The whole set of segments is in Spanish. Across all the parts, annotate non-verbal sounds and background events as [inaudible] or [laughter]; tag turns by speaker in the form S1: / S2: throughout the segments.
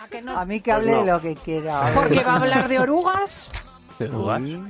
S1: ¿A que no?
S2: A mí que hable
S3: Pues no.
S2: lo que quiera. a ver.
S1: Porque va a hablar de orugas.
S2: Uy,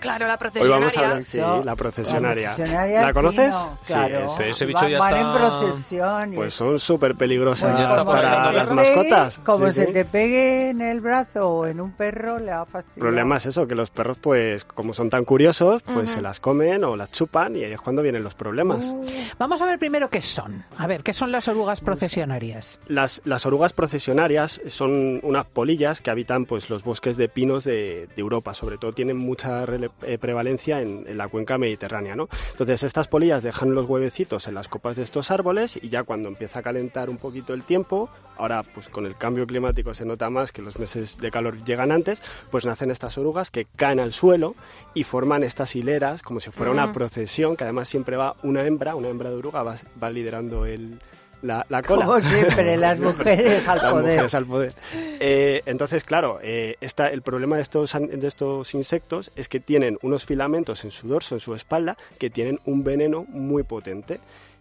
S1: Claro, la
S3: Hoy
S1: procesionaria.
S3: vamos a hablar, sí,
S2: Yo-
S3: la procesionaria.
S2: La procesionaria
S3: ¿La conoces?
S2: Pino,
S3: Sí,
S2: claro.
S3: eso es.
S4: Ese bicho ya
S2: van,
S4: está-
S2: van en procesión. y-
S3: Pues son súper peligrosas
S2: Pues
S4: ya está
S2: como se
S3: para
S2: te
S3: las
S2: pegue-
S3: mascotas.
S2: Como
S3: Sí,
S2: se
S3: sí.
S2: te pegue en el brazo o en un perro, le va a fastidiar.
S3: El problema es eso, que los perros, pues, como son tan curiosos, pues
S1: Ujú.
S3: se las comen o las chupan y ahí es cuando vienen los problemas.
S1: Vamos a ver primero qué son. A ver, ¿qué son las orugas procesionarias?
S3: Las, las orugas procesionarias son unas polillas que habitan pues, los bosques de pinos de, de Europa, sobre todo tienen mucha rele- eh, prevalencia en, en la cuenca mediterránea. ¿no? Entonces estas polillas dejan los huevecitos en las copas de estos árboles y ya cuando empieza a calentar un poquito el tiempo, ahora pues con el cambio climático se nota más que los meses de calor llegan antes, pues nacen estas orugas que caen al suelo y forman estas hileras como si fuera una procesión, que además siempre va una hembra, una hembra de oruga va, va liderando el... La, la
S2: [laughs]
S3: cola.
S2: Como siempre, las
S3: [laughs]
S2: mujeres [laughs] al
S3: Las
S2: poder.
S3: mujeres al poder. Eh, entonces, claro, eh, esta- el problema de estos, an- de estos insectos es que tienen unos filamentos en su dorso, en su espalda, que tienen un veneno muy potente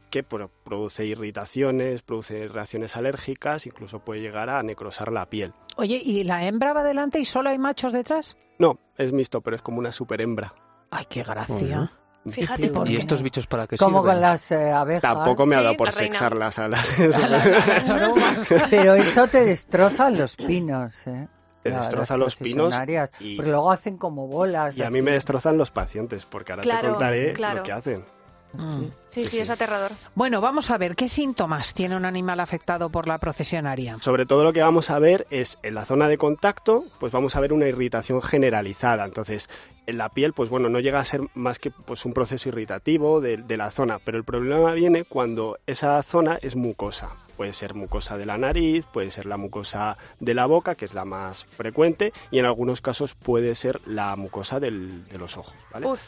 S3: que pro- produce irritaciones, produce reacciones alérgicas, incluso puede llegar a necrosar la piel.
S1: Oye, ¿y la hembra va adelante y solo hay machos detrás?
S3: No, es mixto, pero es como una superhembra.
S1: Ay, qué gracia.
S4: Bueno.
S3: [laughs]
S1: Fíjate por
S4: ¿Y
S1: qué.
S4: estos bichos para qué
S2: Como
S4: sirven?
S2: con las eh, abejas.
S3: Tampoco me ha
S5: Sí,
S3: dado por
S5: [laughs] la reina.
S3: sexar las
S1: [laughs]
S3: alas. [laughs]
S1: Las orugas.
S2: Pero esto te destroza los pinos, ¿eh?
S3: Te
S2: La-
S3: destroza
S2: las
S3: los pinos
S2: procesionarias,
S3: y-
S2: Porque luego hacen como bolas.
S3: Y a mí
S2: así.
S3: me destrozan los pacientes, porque ahora te
S5: Claro,
S3: contaré lo
S5: claro.
S3: que hacen.
S2: Sí.
S5: Sí, sí, es aterrador.
S1: Bueno, vamos a ver, ¿qué síntomas tiene un animal afectado por la procesionaria?
S3: Sobre todo lo que vamos a ver es en la zona de contacto, pues vamos a ver una irritación generalizada. Entonces, en la piel, pues bueno, no llega a ser más que pues un proceso irritativo de, de la zona, pero el problema viene cuando esa zona es mucosa. Puede ser mucosa de la nariz, puede ser la mucosa de la boca, que es la más frecuente, y en algunos casos puede ser la mucosa del- de los ojos, ¿vale?
S5: Uf.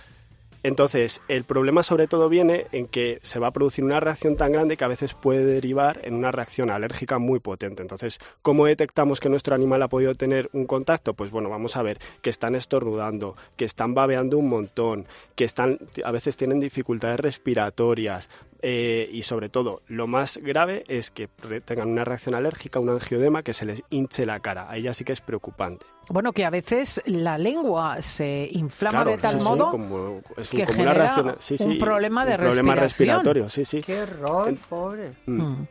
S3: Entonces, el problema sobre todo viene en que se va a producir una reacción tan grande que a veces puede derivar en una reacción alérgica muy potente. Entonces, ¿cómo detectamos que nuestro animal ha podido tener un contacto? Pues bueno, vamos a ver que están estornudando, que están babeando un montón, que están a veces tienen dificultades respiratorias. eh, y sobre todo, lo más grave es que re- tengan una reacción alérgica, un angiodema, que se les hinche la cara. Ahí ya sí que es preocupante.
S1: Bueno, que a veces la lengua se inflama
S3: Claro,
S1: de tal
S3: sí, sí,
S1: modo
S3: como- es
S1: que
S3: como
S1: genera
S3: una reacción, sí, sí,
S1: un problema de
S3: un problema
S1: respiración.
S3: respiratorio, sí, sí.
S2: Qué horror, pobre.
S3: Mm,
S1: Mm.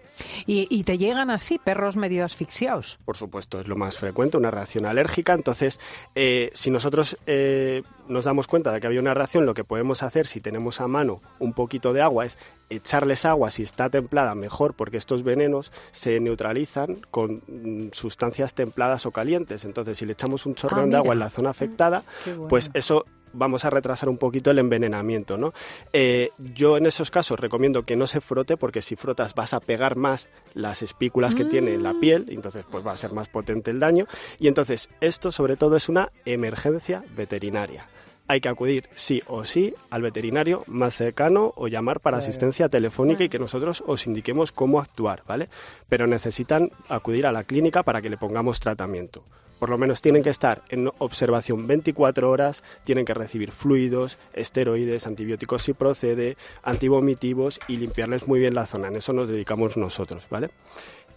S1: Y, y te llegan así perros medio asfixiados.
S3: Por supuesto, es lo más frecuente, una reacción alérgica. Entonces, eh, si nosotros eh, nos damos cuenta de que había una reacción, lo que podemos hacer si tenemos a mano un poquito de agua es echarles agua, si está templada, mejor, porque estos venenos se neutralizan con mm, sustancias templadas o calientes. Entonces, si le echamos un chorrón de
S1: Ah, mira.
S3: agua en la zona afectada,
S2: Qué bueno.
S3: pues eso vamos a retrasar un poquito el envenenamiento, ¿no? Eh, yo en esos casos recomiendo que no se frote porque si frotas vas a pegar más las espículas que tiene
S2: Mm.
S3: la piel, y entonces pues va a ser más potente el daño y entonces esto sobre todo es una emergencia veterinaria. Hay que acudir sí o sí al veterinario más cercano o llamar para
S2: Claro.
S3: asistencia telefónica y que nosotros os indiquemos cómo actuar, ¿vale? Pero necesitan acudir a la clínica para que le pongamos tratamiento. Por lo menos tienen que estar en observación 24 horas, tienen que recibir fluidos, esteroides, antibióticos si procede, antivomitivos y limpiarles muy bien la zona. En eso nos dedicamos nosotros, ¿vale?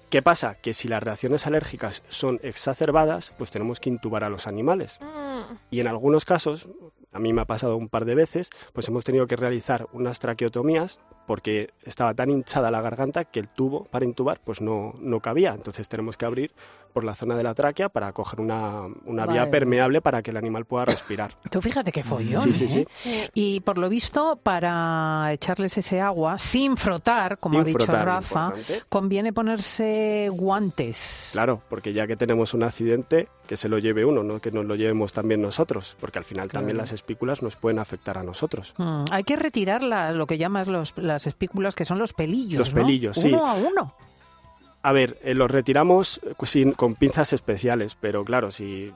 S3: ¿Qué pasa? Que si las reacciones alérgicas son exacerbadas, pues tenemos que intubar a los animales.
S5: Mm.
S3: Y en algunos casos, a mí me ha pasado un par de veces, pues hemos tenido que realizar unas traqueotomías porque estaba tan hinchada la garganta que el tubo para intubar pues no, no cabía. Entonces tenemos que abrir por la zona de la tráquea para coger una, una
S2: Madre
S3: vía
S2: mía.
S3: permeable para que el animal pueda respirar.
S1: Tú fíjate qué follón.
S3: Sí, sí,
S1: ¿eh?
S3: sí.
S5: Sí.
S1: Y por lo visto, para echarles ese agua sin frotar, como
S3: Sin
S1: ha dicho
S3: frotar,
S1: Rafa,
S3: importante.
S1: conviene ponerse guantes.
S3: Claro, porque ya que tenemos un accidente, que se lo lleve uno, no que nos lo llevemos también nosotros, porque al final también las espículas nos pueden afectar a nosotros.
S1: Mm, hay que retirar la- lo que llamas los- las espículas, que son los pelillos.
S3: Los
S1: ¿no?
S3: pelillos, sí.
S1: Uno a uno.
S3: A ver, eh, los retiramos eh, sin- con pinzas especiales, pero claro, si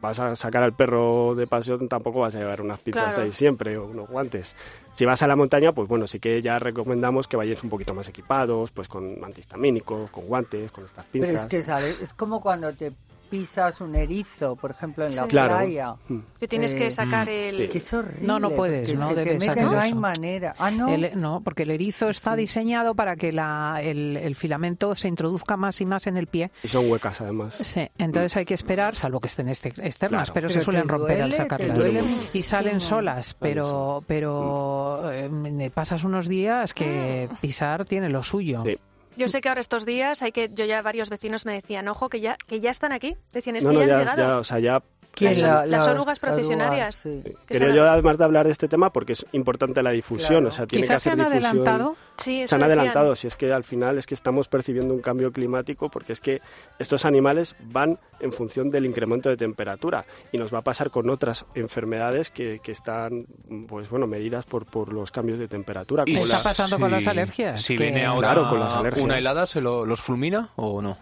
S3: vas a sacar al perro de paseo tampoco vas a llevar unas pinzas
S5: Claro.
S3: ahí siempre o unos guantes. Si vas a la montaña, pues bueno, sí que ya recomendamos que vayáis un poquito más equipados, pues con antihistamínicos, con guantes, con estas
S2: Pero
S3: pinzas.
S2: es que, ¿sabes? Es como cuando te pisas un erizo, por ejemplo, en la
S4: Sí.
S3: Claro.
S2: playa.
S3: Mm.
S4: Que tienes
S2: Eh,
S4: que sacar el...
S2: Que es horrible.
S1: No, no puedes,
S2: porque
S1: no
S2: se te
S1: debes
S2: mete,
S1: sacar
S2: No hay
S1: eso.
S2: manera. Ah, no.
S1: El- no, porque el erizo está diseñado para que la- el, el filamento se introduzca más y más en el pie.
S3: Y son huecas además.
S1: Sí, entonces hay que esperar, salvo que estén este- externas,
S3: Claro.
S1: pero, se
S2: Pero
S1: suelen
S2: te
S1: romper al
S2: duele, te
S1: sacarlas.
S3: duele
S1: Y
S2: muchísimo.
S1: salen solas, pero,
S3: solas. Mm.
S1: pero eh, pasas unos días que
S2: Ah.
S1: pisar tiene lo suyo.
S3: Sí.
S4: Yo sé que ahora estos días hay que... Yo ya varios vecinos me decían, ojo, que ya, que ya están aquí. Decían, es
S3: No,
S4: que
S3: no,
S4: ya han
S3: ya,
S4: llegado.
S3: ya, o sea, ya
S2: Que
S4: Las-
S2: la-
S4: las
S2: las
S4: orugas procesionarias.
S2: sí.
S4: Que
S3: Quería
S4: están-
S3: yo además de hablar de este tema porque es importante la difusión,
S2: Claro.
S3: o sea, tiene que
S1: Quizás se
S3: hacer
S1: han
S3: difusión.
S1: adelantado.
S4: Sí, eso
S3: Se han
S4: decían.
S3: adelantado, si es que al final es que estamos percibiendo un cambio climático porque es que estos animales van en función del incremento de temperatura y nos va a pasar con otras enfermedades que, que están, pues bueno, medidas por, por los cambios de temperatura.
S1: ¿Qué
S3: como
S1: está
S3: la-
S1: pasando con las alergias?
S5: Si
S1: Que-
S5: viene ahora
S3: Claro, con las alergias.
S5: una helada, ¿se lo- los fulmina o no?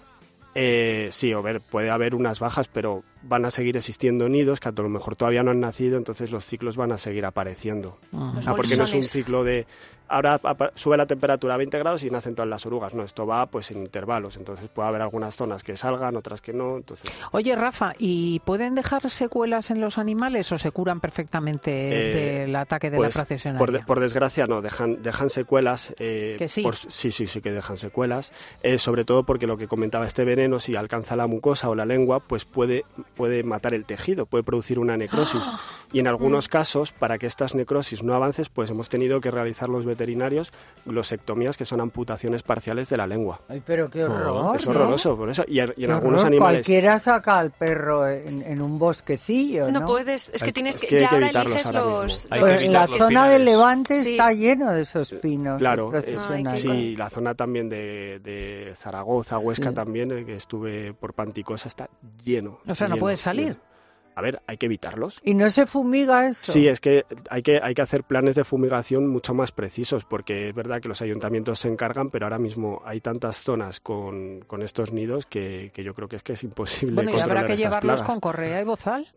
S3: Eh, sí, a ver, puede haber unas bajas, pero van a seguir existiendo nidos que a lo mejor todavía no han nacido, entonces los ciclos van a seguir apareciendo.
S1: Ujú.
S3: O sea, porque no es un
S4: Bolsones.
S3: ciclo de ahora apa- sube la temperatura a 20 grados y nacen todas las orugas. No, esto va pues en intervalos. Entonces puede haber algunas zonas que salgan, otras que no. Entonces,
S1: Oye, Rafa, ¿y pueden dejar secuelas en los animales o se curan perfectamente
S3: Eh,
S1: del ataque de
S3: pues,
S1: la procesionaria?
S3: por, de- por desgracia, no, dejan, dejan secuelas. eh,
S1: Que sí.
S3: por- sí, sí, sí que dejan secuelas. eh, sobre todo porque lo que comentaba este veneno, si alcanza la mucosa o la lengua, pues puede, puede matar el tejido, puede producir
S1: [gasps]
S3: una necrosis. Y en algunos
S1: Mm.
S3: casos, para que estas necrosis no avances, pues hemos tenido que realizar los veterinarios glosectomías, que son amputaciones parciales de la lengua.
S2: Ay, pero qué horror.
S3: Es
S2: ¿no?
S3: horroroso, por eso. Y, en- y en
S2: Qué
S3: algunos
S2: horror.
S3: animales.
S2: Cualquiera saca al perro en, en un bosquecillo, ¿no?
S4: No puedes, es que tienes que,
S3: que hay
S4: ya
S3: que
S4: ahora
S3: evitarlos
S4: eliges
S3: ahora mismo.
S4: los...
S5: Hay
S2: Pues
S5: que
S4: los-
S2: en la
S5: evitar los
S2: zona
S5: pinares.
S2: del Levante
S4: Sí.
S2: está lleno de esos pinos.
S3: Claro, eh,
S2: procesionales.
S3: sí, la zona también de, de Zaragoza, Huesca
S2: Sí.
S3: también, eh, que estuve por Panticosa, está lleno.
S1: O sea, no
S3: lleno,
S1: puedes salir.
S3: lleno. A ver, hay que evitarlos.
S2: ¿Y no se fumiga eso?
S3: Sí, es que hay, que hay que hacer planes de fumigación mucho más precisos, porque es verdad que los ayuntamientos se encargan, pero ahora mismo hay tantas zonas con, con estos nidos que, que yo creo que es que es imposible
S1: bueno, y habrá
S3: controlar
S1: que
S3: estas
S1: llevarlos
S3: plagas.
S1: con correa y bozal.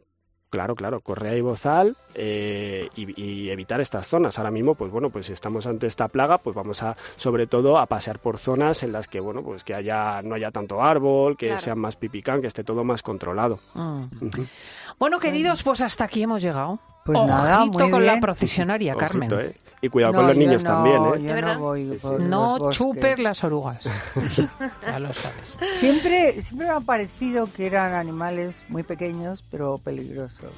S3: Claro, claro, correa y bozal eh, y, y evitar estas zonas. Ahora mismo, pues bueno, pues si estamos ante esta plaga, pues vamos a, sobre todo, a pasear por zonas en las que, bueno, pues que haya, no haya tanto árbol, que
S4: Claro.
S3: sea más pipicán, que esté todo más controlado.
S1: Mm.
S3: Ujú.
S1: Bueno, queridos, pues hasta aquí hemos llegado.
S2: Pues
S1: Ojito
S2: nada, muy
S1: con la
S2: bien.
S1: procesionaria,
S3: Ojito,
S1: Carmen.
S3: ¿eh? Y cuidado
S2: No,
S3: con los
S2: yo
S3: niños
S2: no,
S3: también, ¿eh?
S4: ¿De
S2: Yo
S4: verdad?
S2: no voy por los
S1: No
S2: bosques.
S1: chupes las orugas. [laughs] ya lo sabes.
S2: Siempre, siempre me ha parecido que eran animales muy pequeños, pero peligrosos.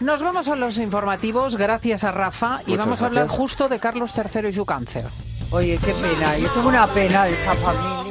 S1: Nos vamos a los informativos, gracias a Rafa, y
S3: Muchas
S1: vamos a hablar
S3: gracias.
S1: justo de Carlos III y su cáncer.
S2: Oye, qué pena. Yo tengo una pena de esa familia.